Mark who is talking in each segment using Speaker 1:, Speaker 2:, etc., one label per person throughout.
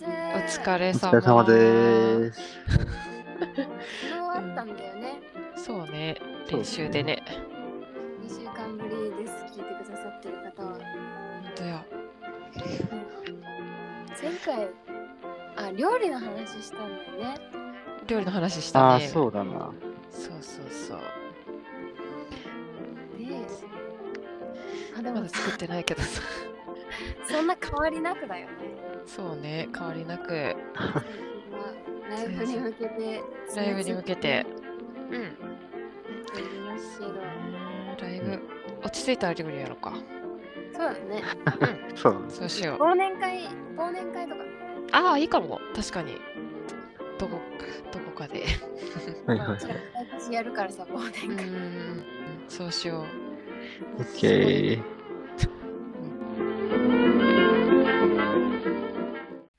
Speaker 1: 疲れ
Speaker 2: お
Speaker 1: 様
Speaker 2: 疲れ様です。
Speaker 3: 昨日あったんだよね。
Speaker 1: そうね
Speaker 2: そう
Speaker 1: 練
Speaker 2: ですね
Speaker 1: 習でね
Speaker 3: 2週間ぶりです。聞いてくださってる方は。
Speaker 1: 本当や
Speaker 3: 前回、あ、料理の話したんだよね。
Speaker 1: 料理の話した
Speaker 2: ああ、
Speaker 1: ね
Speaker 2: そうだな。
Speaker 1: そうそうそう
Speaker 3: で、あ、で
Speaker 1: ま
Speaker 3: も
Speaker 1: だ作ってないけどさ
Speaker 3: そんな変わりなくだよね。
Speaker 1: そうね変わりなく
Speaker 3: ライブに向けて。
Speaker 1: ライブに向けてうん
Speaker 3: やっていますけど。
Speaker 1: ライブ落ち着いたら料理やろうか
Speaker 3: そうだね。
Speaker 2: そうだね。
Speaker 1: そうしよう
Speaker 3: 忘年会、忘年会とか。
Speaker 1: ああいいかも確かにどこかどこかで
Speaker 2: はいはい。
Speaker 3: ちら私やるからさ、忘
Speaker 1: う
Speaker 3: 年会。
Speaker 1: ーんそうしよう
Speaker 2: オッケー。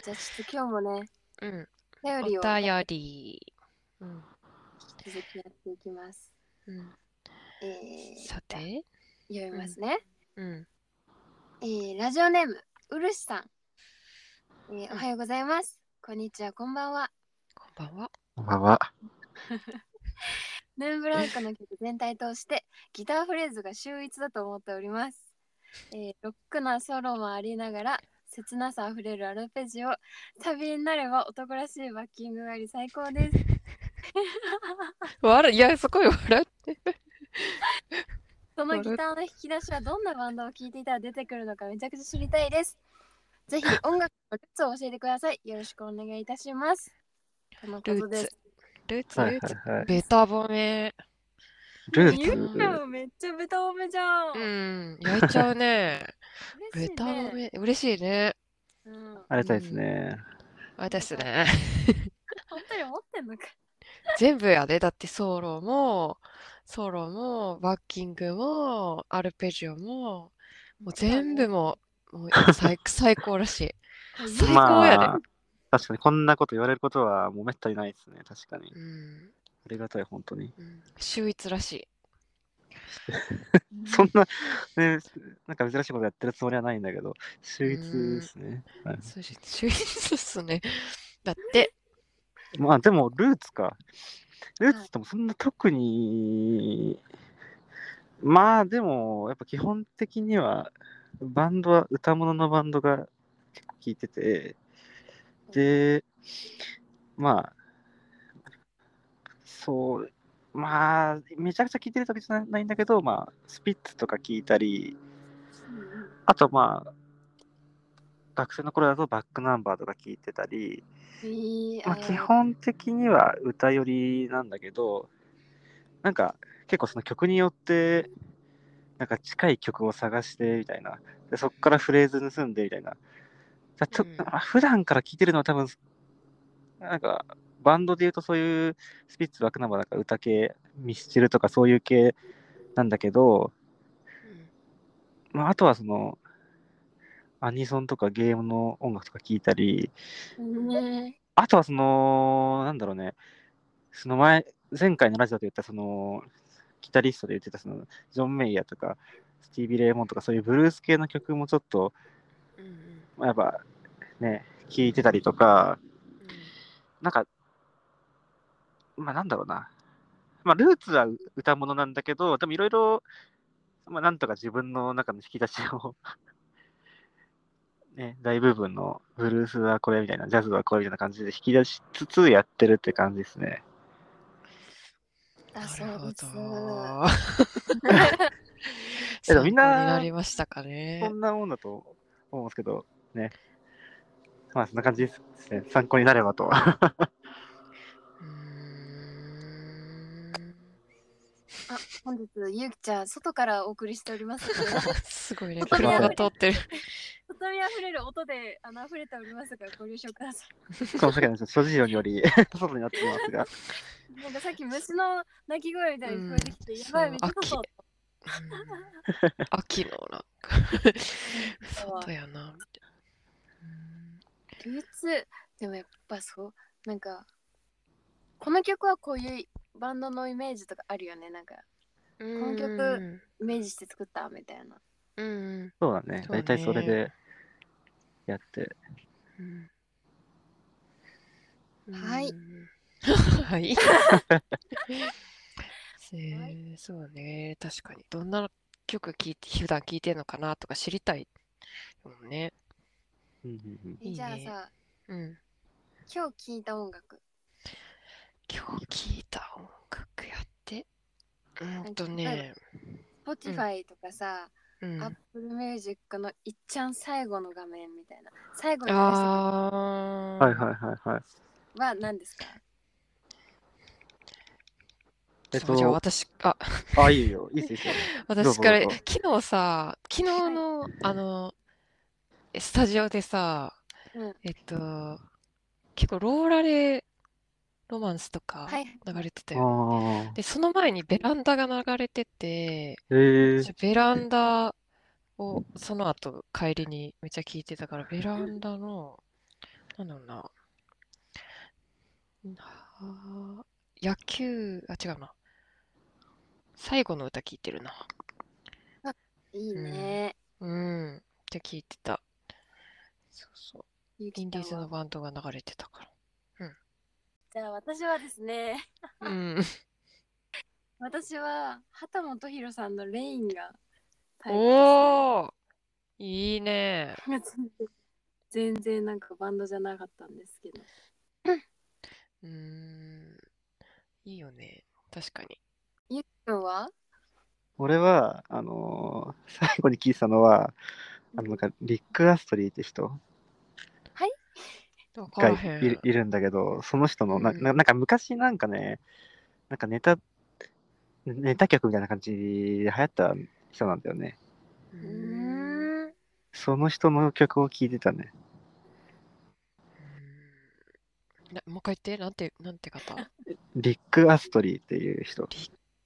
Speaker 3: じゃあちょっと今日もね、
Speaker 1: うん
Speaker 3: 頼りを
Speaker 1: お便りうん
Speaker 3: 引き続きやっていきます。
Speaker 1: うん
Speaker 3: えー、
Speaker 1: さて
Speaker 3: 読みますね、
Speaker 1: うん
Speaker 3: えーラジオネームうるしさん、えーおはようございますこんにちはこんばんは
Speaker 1: こんばんは
Speaker 2: こんばんは。
Speaker 3: ヌーンブランコの曲全体通して ギターフレーズが秀逸だと思っております、えーロックなソロもありながら切なさあふれるアルペジオサビになれば男らしいバッキングがあり最高です
Speaker 1: 笑いやすごい笑って
Speaker 3: そのギターの引き出しはどんなバンドを聴いていたら出てくるのかめちゃくちゃ知りたいです。ぜひ音楽のルーツを教えてください。よろしくお願いいたします。とのことです。
Speaker 1: ルーツ
Speaker 2: はい
Speaker 1: ルーツ
Speaker 2: はいはい。
Speaker 1: ベタ褒め
Speaker 2: ル
Speaker 3: ゆうちゃ
Speaker 2: ー
Speaker 3: んめっちゃベタ褒めじゃん。
Speaker 1: う
Speaker 3: 嬉
Speaker 1: ん焼いちゃうね
Speaker 3: しいね
Speaker 1: ベタ褒。め 嬉しいね
Speaker 3: うん、
Speaker 2: ありがたいですね。
Speaker 1: あれですね
Speaker 3: 本当に持ってんのか。
Speaker 1: 全部やでだってソロもソロもバッキングもアルペジオももう全部ももう 最最高らしい最高やで、
Speaker 2: まあ、確かにこんなこと言われることはもうめったにないですね。確かに。
Speaker 1: うん
Speaker 2: ありがたい、本当に。
Speaker 1: うん、秀逸らしい
Speaker 2: そんな、ね、なんか珍しいことやってるつもりはないんだけど、秀逸ですね。はい
Speaker 1: そうし秀逸っすねだって
Speaker 2: まあでも、ルーツか。ルーツってもそんな特に、まあでも、やっぱ基本的には、バンドは歌物のバンドが結構聴いてて、で、まあ、そう、まあ、めちゃくちゃ聴いてるわけじゃないんだけど、まあ、スピッツとか聴いたり、あとまあ、学生の頃だとバックナンバーとか聴いてたり、
Speaker 3: いい
Speaker 2: まあ、基本的には歌寄りなんだけどなんか結構その曲によってなんか近い曲を探してみたいなでそこからフレーズ盗んでみたいなだちょ、
Speaker 1: うん
Speaker 2: まあ普段から聴いてるのは多分なんかバンドで言うとそういうスピッツバックナンバーなんか歌系ミスチルとかそういう系なんだけど、まあ、あとはそのアニソンとかゲームの音楽とか聴いたり
Speaker 3: ね。
Speaker 2: あとはその、なんだろうね、その前、前回のラジオで言った、その、ギタリストで言ってた、その、ジョン・メイヤーとか、スティービー・レイモンとか、そういうブルース系の曲もちょっと、
Speaker 1: うんうん
Speaker 2: まあやっぱ、ね、聴いてたりとか、なんか、まあなんだろうな、まあルーツは歌物なんだけど、でもいろいろ、まあなんとか自分の中の引き出しを、ね、大部分のブルースはこれみたいな、ジャズはこれみたいな感じで引き出しつつやってるって感じですね。
Speaker 3: だそ
Speaker 1: なるほ
Speaker 3: うです。
Speaker 1: ど
Speaker 2: え
Speaker 1: 参考に
Speaker 2: でもみんな
Speaker 1: なりましたか
Speaker 2: こ
Speaker 1: ね
Speaker 2: んなもんだと思うんですけど、ね。まあそんな感じですね。参考になれ ばと。
Speaker 1: うーん
Speaker 3: あ、本日ゆうきちゃん外からお送りしておりますので。
Speaker 1: すごいね、
Speaker 3: 音
Speaker 2: に
Speaker 1: 車
Speaker 2: 合わ
Speaker 1: が
Speaker 2: せ
Speaker 1: 通ってる。
Speaker 3: 外に溢れる音で、あの溢れておりますが、ご了承ください。
Speaker 2: 申し訳ないです。諸事情により、 外になってますが。
Speaker 3: なんかさっき虫の鳴き声みたいに聞こえてきて、
Speaker 1: うん
Speaker 3: やばい、
Speaker 1: そう
Speaker 3: めっちゃ外。
Speaker 1: うん 秋のなん か外やなみたい
Speaker 3: 流通、でもやっぱそう、なんか、この曲はこういうバンドのイメージとかあるよね、なんか、
Speaker 1: な。うん
Speaker 3: この曲。イメージして作ったみたいな。
Speaker 1: うんうん
Speaker 2: そうだね。
Speaker 1: そうね
Speaker 2: 大体それでやって。
Speaker 1: うん。
Speaker 3: はい
Speaker 1: うん。はい。せーそうね、確かに。どんな曲聞いて、普段聞いてんのかなとか知りたいもんね。
Speaker 2: うんうんうん
Speaker 1: いいね
Speaker 3: じゃあさ
Speaker 1: うん。
Speaker 3: 今日聴いた音楽
Speaker 1: 今日聞いた音楽やって。うんとね、
Speaker 3: Spotify とかさ、
Speaker 1: うん。
Speaker 3: Apple Music のいっちゃん最後の画面みたいな最後の画
Speaker 1: あー
Speaker 2: はいはいはいはい。
Speaker 3: 面は何ですか
Speaker 2: えっ
Speaker 1: そうじゃあ
Speaker 2: と、
Speaker 1: 私、あ、
Speaker 2: あ、いいよ、いいですよ。 どう
Speaker 1: 私
Speaker 2: ぞ
Speaker 1: から
Speaker 2: どうぞ、
Speaker 1: 昨日さ、昨日の、あの、スタジオでさ、
Speaker 3: うん
Speaker 1: えっと、結構ローラレロマンスとか
Speaker 3: はい
Speaker 1: 流れてた
Speaker 2: あ
Speaker 1: よ。
Speaker 2: ー
Speaker 1: で、その前にベランダが流れてて、
Speaker 2: えー
Speaker 1: じ、ゃベランダをその後帰りにめっちゃ聞いてたから、ベランダの、なんだろうな、な野球、あ、違うな。最後の歌聞いてるな。
Speaker 3: いいね、
Speaker 1: うん。って聞いてた。そうそう。
Speaker 3: ゆ
Speaker 1: イ
Speaker 3: き
Speaker 1: ン
Speaker 3: た
Speaker 1: ディ
Speaker 3: ん
Speaker 1: ーズ
Speaker 3: は
Speaker 1: のバンドが流れてたか
Speaker 3: じゃあ私はですね
Speaker 1: ら。うん。
Speaker 3: 私は畑本博さんのレインが最後
Speaker 1: おおいいね。
Speaker 3: ですね全然なんかバンドじゃなかったんですけど
Speaker 1: うーん。いいよね。確かに。
Speaker 3: ゆきくんは
Speaker 2: 俺は、あのー最後に聞いてたのは、あの、なんか、リック・アストリーって人
Speaker 1: わか
Speaker 2: が
Speaker 1: ら
Speaker 2: い
Speaker 1: へん。
Speaker 2: るいるんだけど、その人のな、
Speaker 1: うん
Speaker 2: ななんか昔なんかね、なんかネタ、ネタ曲みたいな感じで流行った人なんだよね。
Speaker 1: う
Speaker 3: う
Speaker 1: ーん。
Speaker 3: ーん
Speaker 2: その人の曲を聴いてたね。
Speaker 1: なもう一回言って、なんて、なんて方
Speaker 2: リック・アストリーっていう人。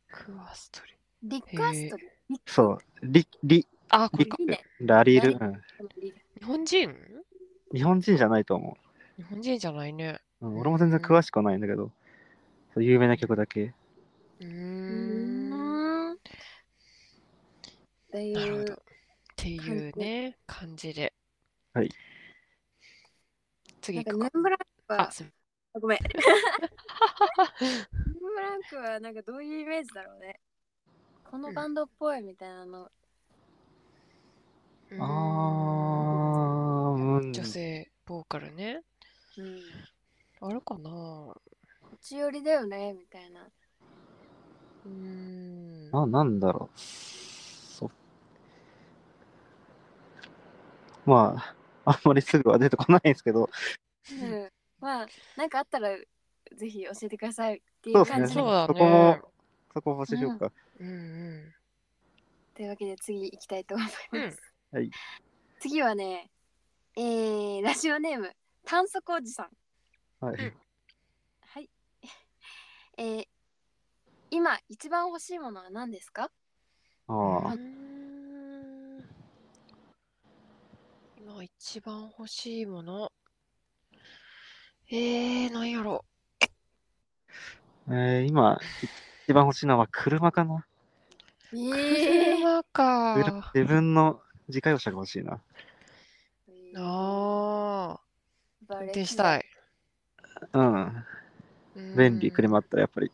Speaker 1: クワストリー。
Speaker 3: リックアストリー
Speaker 2: そう。リ、リ、
Speaker 1: あ、これ
Speaker 2: リ
Speaker 3: ックね
Speaker 2: ラリル、
Speaker 3: ラリ
Speaker 2: うん。
Speaker 3: リー
Speaker 1: 日本人
Speaker 2: 日本人じゃないと思
Speaker 1: 日本人じゃないね。
Speaker 2: う。うん、俺も全然詳しくはないんだけど、そう有名な曲だけ。
Speaker 1: う
Speaker 3: う
Speaker 1: ー。
Speaker 3: んーんってい
Speaker 1: なるほ
Speaker 3: う
Speaker 1: ど。っていうね、感じで。
Speaker 2: はい。
Speaker 1: 次
Speaker 3: なん
Speaker 1: 行
Speaker 3: か
Speaker 1: く
Speaker 3: ヌンブ
Speaker 1: か。
Speaker 3: ランクは
Speaker 1: あ、すみ
Speaker 3: あごめんヌンブランクはなんかどういうイメージだろうねこのバンドっぽいみたいなの
Speaker 2: あー、うん。
Speaker 1: 女性ボーカルね。
Speaker 3: うん
Speaker 1: あるかな
Speaker 3: こっち寄りだよねみたいな
Speaker 1: うーん。
Speaker 2: な、なんだろう。そまあ、あんまりすぐは出てこないんですけど、
Speaker 3: うんまあ、なんかあったらぜひ教えてくださいってい
Speaker 2: そう
Speaker 3: う
Speaker 2: です
Speaker 3: 感
Speaker 2: ね。
Speaker 3: じ
Speaker 1: そう
Speaker 3: っ
Speaker 1: だね
Speaker 2: そこも、そこもしようか。
Speaker 1: うんう
Speaker 3: ていうわけで次行きたいと思います。
Speaker 2: うんはい
Speaker 3: 次はね、えー、ラジオネーム、炭素おじさん。
Speaker 2: は
Speaker 1: う
Speaker 2: い
Speaker 1: ん。
Speaker 3: はい。 えー、今一番欲しいものは何ですか
Speaker 2: ああ、
Speaker 1: ん。うーん今一番欲しいもの。えー、なんやろ。
Speaker 2: えー、今、一番欲しいのは車かな。
Speaker 3: え
Speaker 1: 車 か。
Speaker 2: 自分の自家用車が欲しいな。
Speaker 1: あー、運転した
Speaker 3: い。
Speaker 1: い。
Speaker 2: うん。
Speaker 1: うん
Speaker 2: 便利、車あったらやっぱり。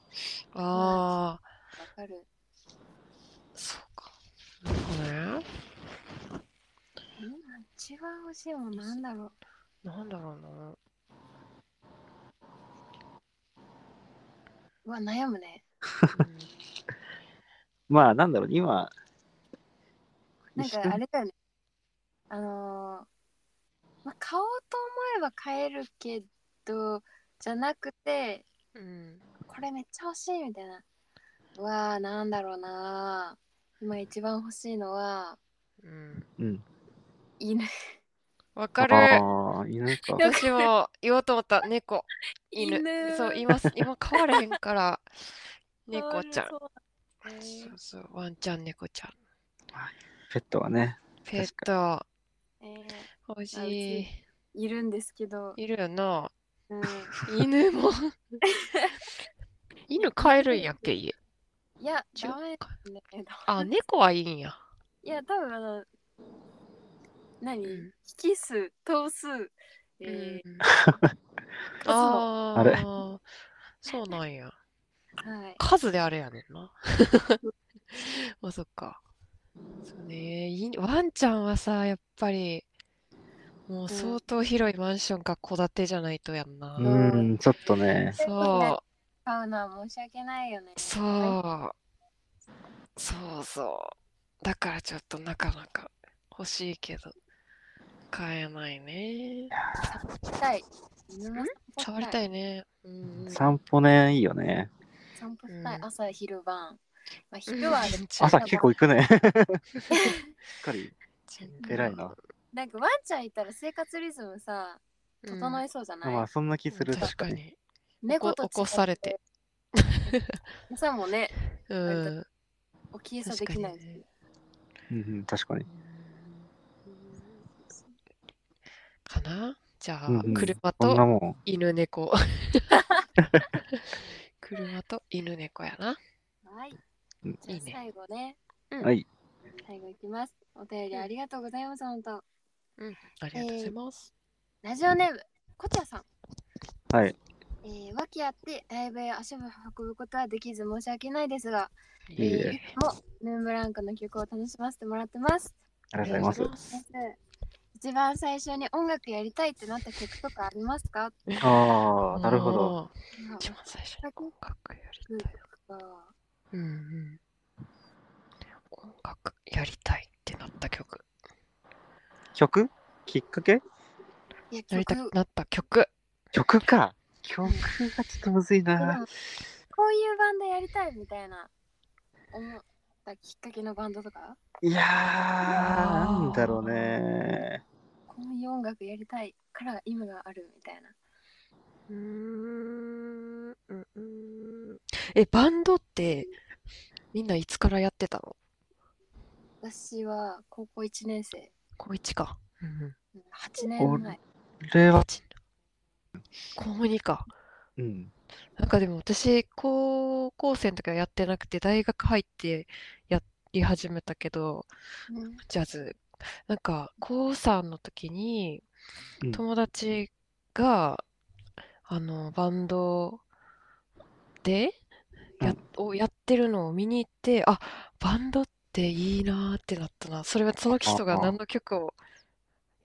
Speaker 1: ああ、
Speaker 3: わかる。
Speaker 1: そうか。なるほどね。
Speaker 3: 今一番欲しいものなんだろう
Speaker 1: なんだろう な。
Speaker 3: うわ、悩むね。
Speaker 1: うん
Speaker 2: まあ、なんだろう、今、
Speaker 3: なんか
Speaker 2: 一瞬
Speaker 3: あれだよね。あのーまあ、買おうと思えば買えるけど、じゃなくて、
Speaker 1: うん。
Speaker 3: これめっちゃ欲しいみたいな。うわあ、なんだろうなー。今一番欲しいのは、
Speaker 1: うん。
Speaker 2: うん。
Speaker 3: 犬。
Speaker 1: わかる。
Speaker 2: ああ、犬か。
Speaker 1: 私も言おうと思 った猫犬
Speaker 3: 犬
Speaker 1: そう今す今飼われへん から猫ちゃん
Speaker 3: あーそうだ
Speaker 1: そう
Speaker 3: ね
Speaker 1: そうワンちゃん猫ちゃん
Speaker 2: ペットはね。
Speaker 1: ペット
Speaker 3: え
Speaker 1: 欲し
Speaker 3: ーいるんですけど、
Speaker 1: いいるよ な
Speaker 3: うん、
Speaker 1: 犬 も犬飼えるんやっけ家
Speaker 3: い や、
Speaker 1: 違う
Speaker 3: ダメ
Speaker 1: か
Speaker 3: だね。
Speaker 1: あ猫はいいんや
Speaker 3: いや、多分あの、何、
Speaker 1: うん
Speaker 3: 引き数、頭数、えー
Speaker 1: うん
Speaker 3: 数の
Speaker 1: あ
Speaker 2: あれ
Speaker 1: ーそうなんや。
Speaker 3: はい、
Speaker 1: 数であれやねんな。 まあそっか。そうね、いいワンちゃんはさ、やっぱり、もう相当広いマンションか戸建てじゃないとやんな。
Speaker 2: うーん、ちょっとね。
Speaker 1: そう。
Speaker 3: 買うのは申し訳ないよね。
Speaker 1: そう。そうそう。だからちょっとなかなか欲しいけど、買えないね。
Speaker 3: したい。犬も散
Speaker 1: 触
Speaker 3: 歩し
Speaker 1: り
Speaker 3: た
Speaker 1: た
Speaker 3: い。
Speaker 1: いね。うんうん。
Speaker 2: 散歩ね、いいよね。
Speaker 3: 散歩したい。
Speaker 1: うん
Speaker 3: 朝、昼晩。まあ、昼は でも
Speaker 2: 朝結構行くね。しっかり、偉いな。
Speaker 3: なんかワンちゃんいたら生活リズムさ、整えそうじゃない、
Speaker 2: まあ、そんな気する、
Speaker 1: 確
Speaker 2: 確
Speaker 1: か
Speaker 2: かに。
Speaker 1: に。
Speaker 3: 猫と
Speaker 1: 起こされて。
Speaker 3: 餌もね、
Speaker 1: うん。
Speaker 3: 起き餌できないし。
Speaker 2: うんうん、確かに。
Speaker 1: かなじゃあ、
Speaker 2: うんうん
Speaker 1: 車
Speaker 2: こんな
Speaker 1: と
Speaker 2: もん。
Speaker 1: 犬猫。 車と犬猫やな。
Speaker 3: はい。
Speaker 2: うん
Speaker 3: じゃあ
Speaker 1: いいね
Speaker 3: 最後ね。
Speaker 2: はい。
Speaker 3: 最後いきます。お便りありがとうございます、本当。
Speaker 1: ありがとうございます。
Speaker 3: ラジオネーム、こちゃさん。
Speaker 2: はい。
Speaker 3: えー、和気あってライブへ足を運ぶことはできず申し訳ないですが、
Speaker 1: い
Speaker 2: いい
Speaker 3: えーい
Speaker 2: ね。
Speaker 3: つもヌンブランクの曲を楽しませてもらってます。
Speaker 2: ありがとうございます。
Speaker 1: す。
Speaker 3: 一番最初に音楽やりたいってなった曲とかありますか
Speaker 2: ああ、なるほど。
Speaker 1: ど。一番最初に音楽やりたい。
Speaker 3: あ
Speaker 1: うんうん。音楽やりたいってなった曲。
Speaker 2: 曲きっかけ
Speaker 3: いや
Speaker 1: やりた
Speaker 3: 曲
Speaker 1: くなった曲。
Speaker 2: 曲か。曲がちょっとむずい
Speaker 3: で
Speaker 2: な
Speaker 3: も。こういうバンドやりたいみたいな思ったきっかけのバンドとか
Speaker 2: いやー、なんだろうね。
Speaker 3: こういう音楽やりたいから意味があるみたいな
Speaker 1: うーん。うんうんえ、バンドってみんないつからやってたの
Speaker 3: 私は高校1年生
Speaker 1: 高一か。うん
Speaker 3: 8年前
Speaker 2: これ
Speaker 1: うん。
Speaker 2: は、
Speaker 1: 八高二か。
Speaker 2: うん。
Speaker 1: なんかでも私、高校生の時はやってなくて、大学入ってやり始めたけど、
Speaker 3: うん
Speaker 1: ジャズ。なんか、高3の時に
Speaker 2: うん
Speaker 1: 友達が、あの、バンドでや、をやってるのを見に行って、あ、バンドっていいなーってなったな。それはその人が何の曲を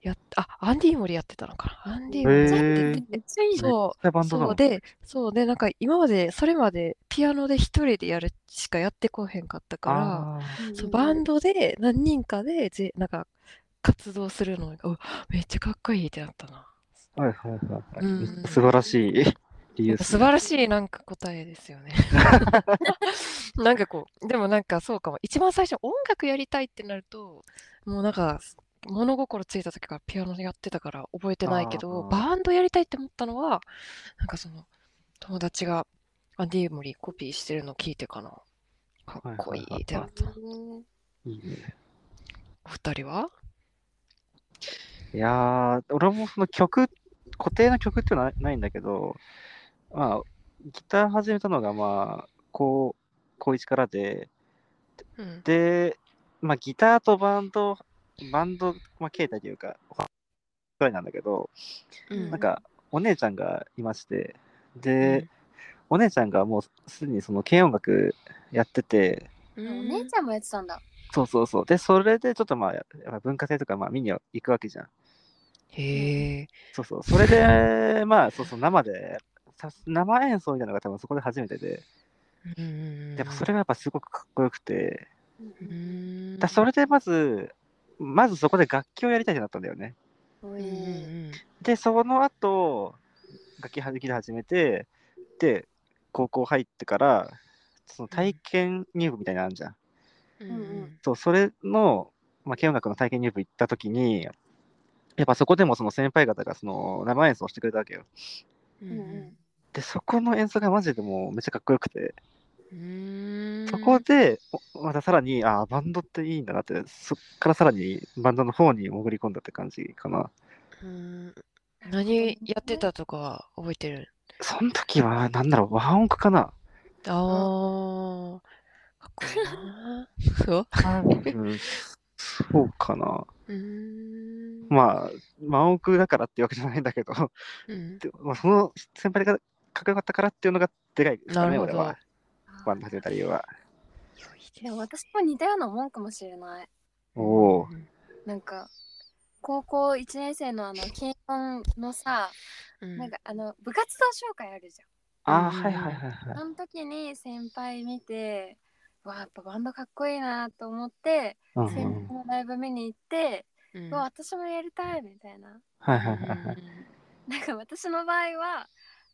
Speaker 1: やっ、あ、アンディーモリやってたのかな。アンディーモリや
Speaker 2: へ
Speaker 1: って
Speaker 2: ー
Speaker 1: て、
Speaker 3: っちゃいね
Speaker 1: そう。
Speaker 2: これバンドな
Speaker 1: そう
Speaker 2: の
Speaker 1: で、そうで、なんか今まで、それまでピアノで一人でやるしかやってこへんかったから、
Speaker 2: あー
Speaker 1: そうバン
Speaker 3: ド
Speaker 1: ドで何人かでぜ、なんか活動するのが、うわめっちゃかっこいいってなったな。
Speaker 2: はいはいはいはい。
Speaker 1: うん
Speaker 2: 素晴らしい 理由
Speaker 1: なん
Speaker 2: で
Speaker 1: か
Speaker 2: す
Speaker 1: 素
Speaker 2: ね。
Speaker 1: 晴らしいなんか答えです よね。なんかこう、でもなんかそうかも。一番最初音楽やりたいってなると、もうなんか物心ついた時からピアノやってたから覚えてないけど、
Speaker 2: あー
Speaker 1: バンドやりたいって思ったのは、なんかその友達がアンディーモリーコピーしてるの聞いてかな。かっこいいってなった。
Speaker 2: いいね
Speaker 1: お二人はい
Speaker 2: やー、俺もその曲、固定の曲っていうのはないんだけど、まあ、ギター始めたのが、まあ、こう、高一からで、
Speaker 1: うん。
Speaker 2: で、まあ、ギターとバンド、バンド、まあ、形態というか、ぐらいなんだけど、
Speaker 1: うん
Speaker 2: なんか、お姉ちゃんがいまして、で、お姉ちゃんがもうすでにその軽音楽やってて、
Speaker 1: う
Speaker 3: お
Speaker 1: ん
Speaker 3: 姉ちゃんもやってたんだ
Speaker 2: そうそうそう。で、それでちょっとまあ、やっぱ文化祭とかまあ見には行くわけじゃん。
Speaker 1: へえ。
Speaker 2: そうそう。それで、 まあ、そうそう、生で、さ生演奏みたいなのが多分そこで初めてで、
Speaker 1: うん
Speaker 2: やっぱそれがやっぱすごくかっこよくて、
Speaker 1: うん
Speaker 2: だそれでまず、まずそこで楽器をやりたいってなったんだよね。
Speaker 3: お
Speaker 1: うんうん
Speaker 3: い
Speaker 2: で、その後、楽器はでき始めて、で、高校入ってから、その体験入部みたいなのあるじゃん。
Speaker 1: うんうん
Speaker 2: そう、それの、まあ、軽音楽の体験入部行った時に、やっぱそこでもその先輩方がその生演奏をしてくれたわけよ。
Speaker 1: うんうん
Speaker 2: で、そこの演奏がマジでもうめっちゃかっこよくて、
Speaker 1: うーん
Speaker 2: そこでおまたさらに、ああ、バンドっていいんだなって、そっからさらにバンドの方に潜り込んだって感じかな。
Speaker 1: うーん何やってたとかは覚えてる
Speaker 2: その時は、なんだろう、和音楽かな。
Speaker 1: ああ、かっこいいな。そう
Speaker 2: うん、そうかな。
Speaker 1: うーん。
Speaker 2: まあ、魔王だからっていうわけじゃないんだけど、
Speaker 1: うん。
Speaker 2: でまあ、その先輩がかっこよかったからっていうのがでかいですか
Speaker 1: な
Speaker 2: ね、
Speaker 1: るほど
Speaker 2: 俺は。バンド始めた理由は。
Speaker 3: でも私も似たようなもんかもしれない。
Speaker 2: おおー。
Speaker 3: なんか高校1年生のあの検温のさ、
Speaker 1: うん。
Speaker 3: なんかあの部活動紹介あるじ
Speaker 2: ああ、
Speaker 1: うん
Speaker 2: はいはいはいは
Speaker 3: ゃん。
Speaker 2: い。
Speaker 3: その時に先輩見て、わあやっぱバンドかっこいいなと思って、
Speaker 2: うんう
Speaker 3: 先輩
Speaker 2: ん、
Speaker 3: のライブ見に行って、
Speaker 1: うん、
Speaker 3: うわ私もやりたいみたいな。
Speaker 2: はいはいはいはい。
Speaker 1: う
Speaker 3: なんか私の場合は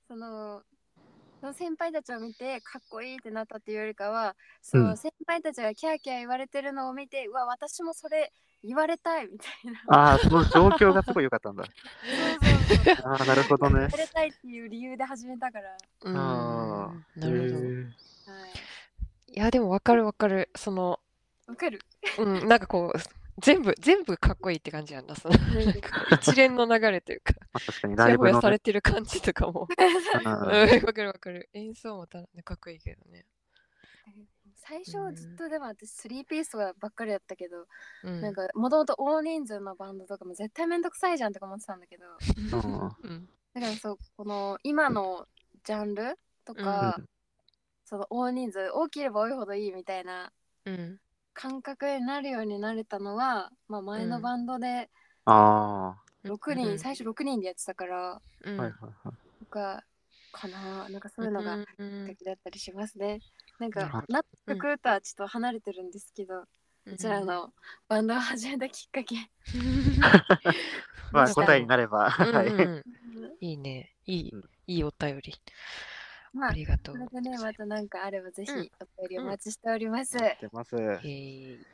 Speaker 3: そのその先輩たちを見てかっこいいってなったっていうよりかはそうの
Speaker 2: ん
Speaker 3: 先輩たちがキャーキャー言われてるのを見て、うわ私もそれ言われたいみた いな
Speaker 2: ああ、その状況がすごい良かったんだ。
Speaker 3: そうそうそう
Speaker 2: ああ、なるほどね
Speaker 3: 言わ。れたいっていう理由で始めたから、は
Speaker 1: ん。
Speaker 2: あ
Speaker 1: うんなるほど。い
Speaker 2: へー
Speaker 3: い、
Speaker 1: や、でもわかるわかる。その、
Speaker 3: わ かる
Speaker 1: うん、なんかこう、全部、全部かっこいいって感じなんだ。その、なんかこう一連の流れというか、
Speaker 2: まあ確かに
Speaker 1: ち
Speaker 2: ライ
Speaker 1: やほ
Speaker 2: ブ
Speaker 1: や
Speaker 2: の
Speaker 1: さ
Speaker 2: ね、
Speaker 1: れてる感じとかも。うん、
Speaker 2: うん
Speaker 1: わかるわかる。演奏もたね、かっこいいけどね。
Speaker 3: 最初はずっとでも私スリーピースとかばっかりやったけど、
Speaker 1: うん。
Speaker 3: なんかもともと大人数のバンドとかも絶対めんどくさいじゃんとか思ってたんだけど
Speaker 2: うん
Speaker 1: うん。
Speaker 3: だからそうこの今のジャンルとか、
Speaker 2: うん
Speaker 3: その大人数多ければ多いほどいいみたいな
Speaker 1: うん。
Speaker 3: 感覚になるようになれたのは、まあ、前
Speaker 1: う
Speaker 3: の
Speaker 1: ん
Speaker 3: バンドで
Speaker 2: あ
Speaker 3: 6人、
Speaker 1: うん
Speaker 3: 最初6人でやってたから
Speaker 1: う
Speaker 2: あ、
Speaker 1: ん。
Speaker 2: はいはいはい。
Speaker 3: とかかななんかそういうのが
Speaker 1: うん
Speaker 3: 敵だったりしますね。なん
Speaker 1: なる
Speaker 2: ほ
Speaker 3: か
Speaker 2: ど
Speaker 3: 納得とはちょっと離れてるんですけど、こちら。のバンドを始めたきっかけ、
Speaker 1: うん
Speaker 2: ま
Speaker 1: な
Speaker 2: あ
Speaker 1: んか
Speaker 2: 答えになれば、
Speaker 1: うんうん
Speaker 2: はい。
Speaker 1: うんいいね。いい
Speaker 2: うん、
Speaker 1: いいお便り。
Speaker 3: ま
Speaker 1: あ
Speaker 3: あ
Speaker 1: りがと
Speaker 3: そうれ。でねまた何かあればぜひお
Speaker 1: うん
Speaker 3: 便りお待ちしております、
Speaker 2: やってます。
Speaker 1: えー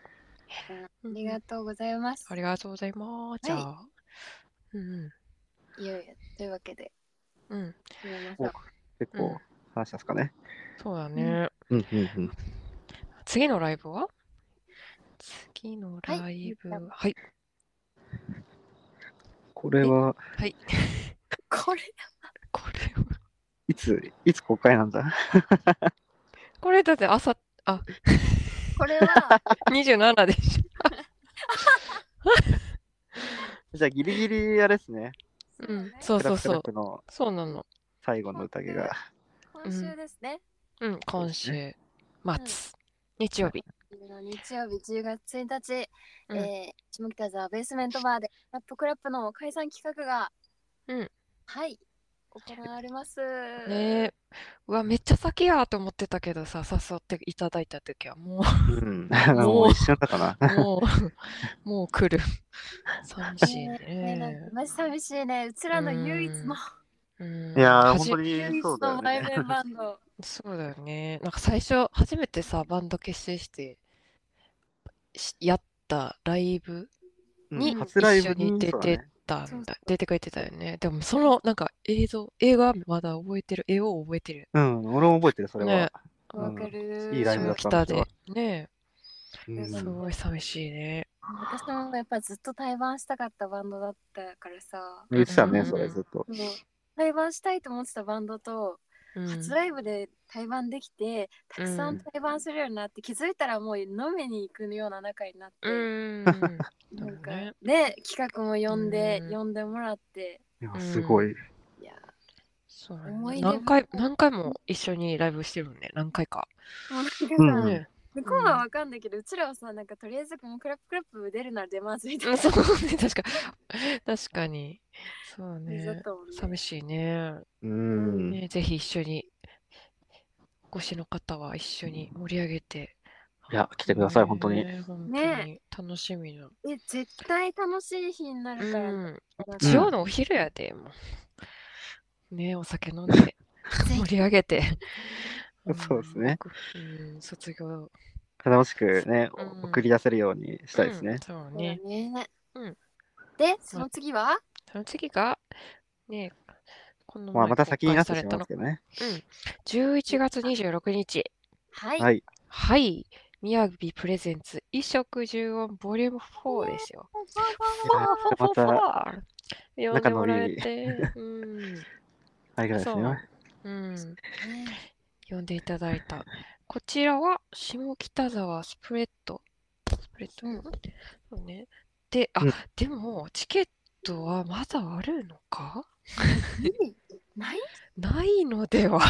Speaker 3: ありがとうございます
Speaker 1: ありがとうございます。じゃあ。うん
Speaker 3: いよいよというわけで
Speaker 1: うん。うん。
Speaker 3: 始めましょ
Speaker 2: お
Speaker 3: う
Speaker 2: 結
Speaker 1: うん
Speaker 2: 構話したんですかね。
Speaker 1: そうだね。
Speaker 2: うんうんうん。
Speaker 1: 次のライブは次のライブは
Speaker 3: はい
Speaker 1: はい。
Speaker 2: これは、
Speaker 1: はい。
Speaker 3: こ れ
Speaker 1: これは、
Speaker 2: いつ、いつ公開なんだ
Speaker 1: これだって朝、あ、
Speaker 3: これは
Speaker 1: 27でしょ。
Speaker 2: じゃあギリギリあれですね。
Speaker 1: うん。
Speaker 3: う
Speaker 1: そう
Speaker 2: ク
Speaker 1: そ
Speaker 2: ラ
Speaker 1: う
Speaker 2: ク
Speaker 1: そ
Speaker 2: ラ
Speaker 1: う。
Speaker 2: クの
Speaker 1: そうなの。
Speaker 2: 最後の宴が。
Speaker 3: だね今週ですね、
Speaker 1: うん。今週末。日曜日。
Speaker 3: 日曜日10月1日、
Speaker 1: うん
Speaker 3: えー下北沢ベースメントバーでラップクラップの解散企画が、
Speaker 1: うん
Speaker 3: はい行われます
Speaker 1: ねえ。うわ、めっちゃ先やと思ってたけどさ、誘っていただいたときは、も
Speaker 2: うん。 もう一瞬だった かな。
Speaker 1: う、もう、もう来る。寂しい
Speaker 3: ねなん
Speaker 1: ね
Speaker 3: か。マジ寂しいねうちらの唯一の
Speaker 1: うん
Speaker 2: いやー、
Speaker 1: は
Speaker 2: 本
Speaker 1: じ
Speaker 2: 当
Speaker 3: 唯
Speaker 2: に
Speaker 3: 一
Speaker 2: そうだ
Speaker 3: の
Speaker 2: よ
Speaker 3: マイメ
Speaker 2: ね。
Speaker 3: ンバンド
Speaker 1: そうだよね。なんか最初、初めてさ、バンド結成して、しやったライブに
Speaker 2: うん初ライブ
Speaker 1: 一緒に出て
Speaker 2: そう
Speaker 1: だ
Speaker 3: そうそう
Speaker 1: 出てくれてたよね。でも、その、なんか映像、映画まだ覚えてる、絵を覚えてる。
Speaker 2: だねうん、俺も覚えてる、それ
Speaker 1: ね
Speaker 2: は。うん
Speaker 3: わかる
Speaker 2: いいライブだった
Speaker 1: 下で。ね
Speaker 2: う
Speaker 1: え、す
Speaker 2: ん
Speaker 1: ごい寂しいね。
Speaker 3: 私もやっぱずっと対バンしたかったバンドだったからさ
Speaker 2: 言ってた
Speaker 1: う
Speaker 2: ね、
Speaker 1: ん
Speaker 2: それずっと。
Speaker 3: もう対バンしたいと思ってたバンドと
Speaker 1: うん
Speaker 3: 初ライブで対バンできてたくさ
Speaker 1: うん
Speaker 3: ん対バンするようになって、気づいたらもう飲みに行くような仲になって、
Speaker 1: うん。
Speaker 3: な
Speaker 1: そ
Speaker 3: ん
Speaker 1: う
Speaker 3: か
Speaker 1: ね
Speaker 3: で企画も呼んで、
Speaker 1: うん
Speaker 3: 呼んでもらって
Speaker 2: いや
Speaker 1: うん
Speaker 2: すごい。
Speaker 3: いや
Speaker 1: そうだ
Speaker 3: 思い
Speaker 1: ね。
Speaker 3: 出
Speaker 1: 何回、何回も一緒にライブしてるもんね。何回か。
Speaker 3: もうなんかさ、
Speaker 2: うん
Speaker 1: ね
Speaker 3: 向こうはわかんないけど、うちらはさなんかとりあえずもうクラップクラップ出るなら出ますみたい
Speaker 1: うん
Speaker 3: な
Speaker 1: そう
Speaker 3: 感
Speaker 1: ね、確か。確かに。そう
Speaker 3: じだっ
Speaker 1: ね。
Speaker 3: たもんね。
Speaker 1: 寂しいね。
Speaker 2: うん。
Speaker 1: ね、ぜひ一緒に、お越しの方は一緒に盛り上げて。
Speaker 2: いや来てください本当に
Speaker 1: ね。本当に
Speaker 3: ね
Speaker 1: 楽しみな。
Speaker 3: え絶対楽しい日にな
Speaker 1: う
Speaker 3: るから、
Speaker 1: ん。
Speaker 3: なんか
Speaker 1: 日曜のお昼やで、もう。ね、お酒飲んで、
Speaker 3: ひ
Speaker 1: 盛り上げて。
Speaker 2: そうですね
Speaker 1: うん。うん、卒業
Speaker 2: 楽しくね
Speaker 1: うん、
Speaker 2: 送り出せるようにしたいです
Speaker 1: う
Speaker 2: ね
Speaker 1: ん。そう
Speaker 3: そうだ
Speaker 1: ね。
Speaker 3: ね
Speaker 1: うん
Speaker 3: でその次は、
Speaker 1: その次が、ね、この
Speaker 2: まあ、
Speaker 1: 前
Speaker 2: また先になって
Speaker 1: 公
Speaker 2: し
Speaker 1: 開
Speaker 2: ま
Speaker 1: されたの
Speaker 2: います。けどね。
Speaker 1: うん。11月26日。
Speaker 3: はい、
Speaker 2: はい。
Speaker 1: はい。宮城プレゼンツ、衣食住音ボリューム4ですよ。
Speaker 2: いや
Speaker 1: フォーフ
Speaker 2: ー
Speaker 1: ォーフォー
Speaker 2: ま
Speaker 1: フォー呼んでもらえて、うん。
Speaker 2: ありがたいです
Speaker 1: そう
Speaker 2: ね。
Speaker 1: うん。呼んでいただいた。こちらは、下北沢スプレッド。スプレッド、
Speaker 3: うん
Speaker 1: そうね。で、あ
Speaker 2: うん、
Speaker 1: でも、チケットはまだあるのか
Speaker 3: ない
Speaker 1: ないのではっ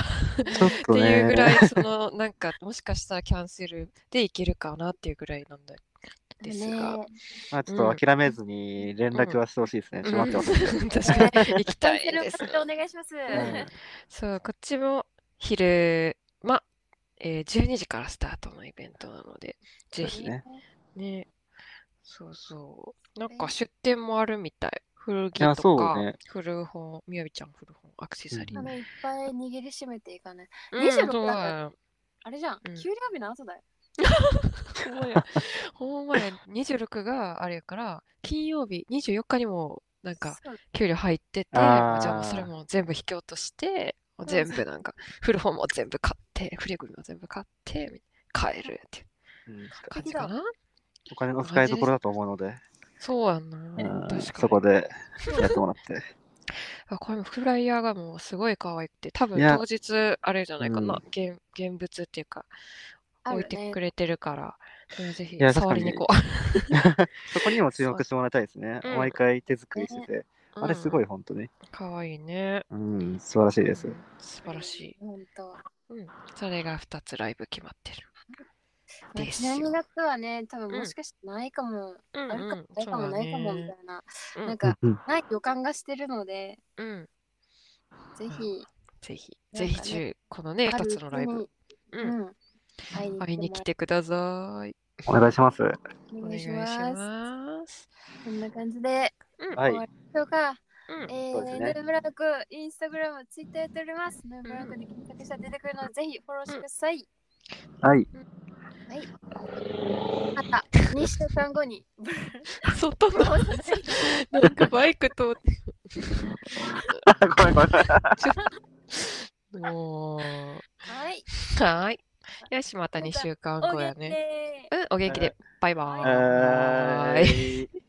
Speaker 2: ちょっと
Speaker 1: ていうぐら
Speaker 2: ね、
Speaker 1: い、その、なんか、もしかしたらキャンセルでいけるかなっていうぐらいなんだですが。
Speaker 3: ね
Speaker 2: まあ、ちょっと諦めずに連絡はしてほしいですね。ちょっと待ってます。
Speaker 1: うん 確かに、行き
Speaker 3: キャ
Speaker 1: た
Speaker 3: ンセ
Speaker 1: い
Speaker 3: ル
Speaker 1: です。
Speaker 3: 待ってお願いします。
Speaker 2: うん
Speaker 1: そう、こっちも昼間、えー12時からスタートのイベントなので、ぜ
Speaker 2: そう
Speaker 1: ひ
Speaker 2: ですね
Speaker 1: ね。そうそう。なんか出店もあるみたい。古着
Speaker 2: いや
Speaker 1: と
Speaker 2: そう
Speaker 1: か
Speaker 2: ね、
Speaker 1: 古本、みやびちゃん古本、アクセサリー
Speaker 3: あ。のいっぱい握りしめていかない。
Speaker 1: うん、
Speaker 3: 26
Speaker 1: そうだよ。
Speaker 3: あれじゃん、
Speaker 1: うん
Speaker 3: 給料日の後だよ。
Speaker 1: ほんまや。ほんまや。26があれやから、金曜日、24日にも、なんか、
Speaker 3: そう
Speaker 1: 給料入ってて、じ
Speaker 2: あー
Speaker 1: ゃあもうそれも全部引き落として、もう全部なんか、古本も全部買って、古着も全部買って、みたいな帰るっていう
Speaker 2: うん
Speaker 1: 感じかな。
Speaker 2: お金の使いどころだと思うので、
Speaker 1: そうやん
Speaker 2: うん
Speaker 1: な。確か
Speaker 2: そこ
Speaker 1: に。
Speaker 2: でやってもらって。
Speaker 1: あこれもフライヤーがもうすごい可愛くて、多分
Speaker 2: いや
Speaker 1: 当日、あれじゃないか
Speaker 2: う
Speaker 1: な、現現物っていうか、
Speaker 3: あ
Speaker 1: 置い
Speaker 3: る
Speaker 1: て
Speaker 3: ね
Speaker 1: く。れてるから、うんぜひ
Speaker 2: いや確
Speaker 1: 触
Speaker 2: か
Speaker 1: り
Speaker 2: に
Speaker 1: に行こう。
Speaker 2: そこにも注目してもらいたいですね。
Speaker 1: うん
Speaker 2: 毎回手作りしてて、 あれすご
Speaker 1: い。
Speaker 2: い本当に。
Speaker 1: 可愛いね。
Speaker 2: うん、素晴らしいです
Speaker 1: う。ん素晴らしい。
Speaker 3: 本当。
Speaker 1: うん。それが2つライブ決まってる。
Speaker 3: まあ
Speaker 1: ですよ
Speaker 3: 12月はね、多
Speaker 1: うん
Speaker 3: 分もしかしてないかも、
Speaker 1: うん
Speaker 3: あるかも
Speaker 1: うん
Speaker 3: ないかも
Speaker 1: そうだ
Speaker 3: ないかもみた
Speaker 1: ね
Speaker 3: いな、
Speaker 1: う
Speaker 3: な
Speaker 1: ん
Speaker 3: ん
Speaker 2: うん
Speaker 3: か、
Speaker 2: うん
Speaker 3: ない予感がしてるので、
Speaker 1: うん。
Speaker 3: ぜひ、
Speaker 1: ぜひ、
Speaker 3: なん
Speaker 1: ぜ
Speaker 3: かね
Speaker 1: ひ中、このね、2つのライブ、
Speaker 3: う
Speaker 1: うん。
Speaker 3: ん、うん
Speaker 1: 会いに来てください。
Speaker 2: お願いします。
Speaker 3: お
Speaker 1: お
Speaker 3: 願
Speaker 1: 願
Speaker 3: い
Speaker 1: いし
Speaker 3: します。
Speaker 1: ます。
Speaker 3: こんな感じで、
Speaker 2: は
Speaker 3: 終わ
Speaker 2: い。
Speaker 3: りましょうか。
Speaker 1: うん
Speaker 3: え
Speaker 2: そうです
Speaker 3: ー、
Speaker 2: ね
Speaker 3: ヌーブラック、インスタグラム、ツイッターやっております。ヌーブラックで検索したら出てくるので、ぜひフォローしてください。
Speaker 2: はい。
Speaker 3: また、2週間後に、ブ
Speaker 1: 外
Speaker 3: ロ
Speaker 1: の、
Speaker 3: ーじゃない
Speaker 1: なんかバイク通って、
Speaker 2: ごめんごめん。
Speaker 1: もう、
Speaker 3: はい。
Speaker 1: はーい。よし、また2週間後や
Speaker 3: おげ
Speaker 1: ね。
Speaker 3: て
Speaker 1: うん、お元気で。バイバ
Speaker 2: は
Speaker 1: ーイ。
Speaker 2: ーい。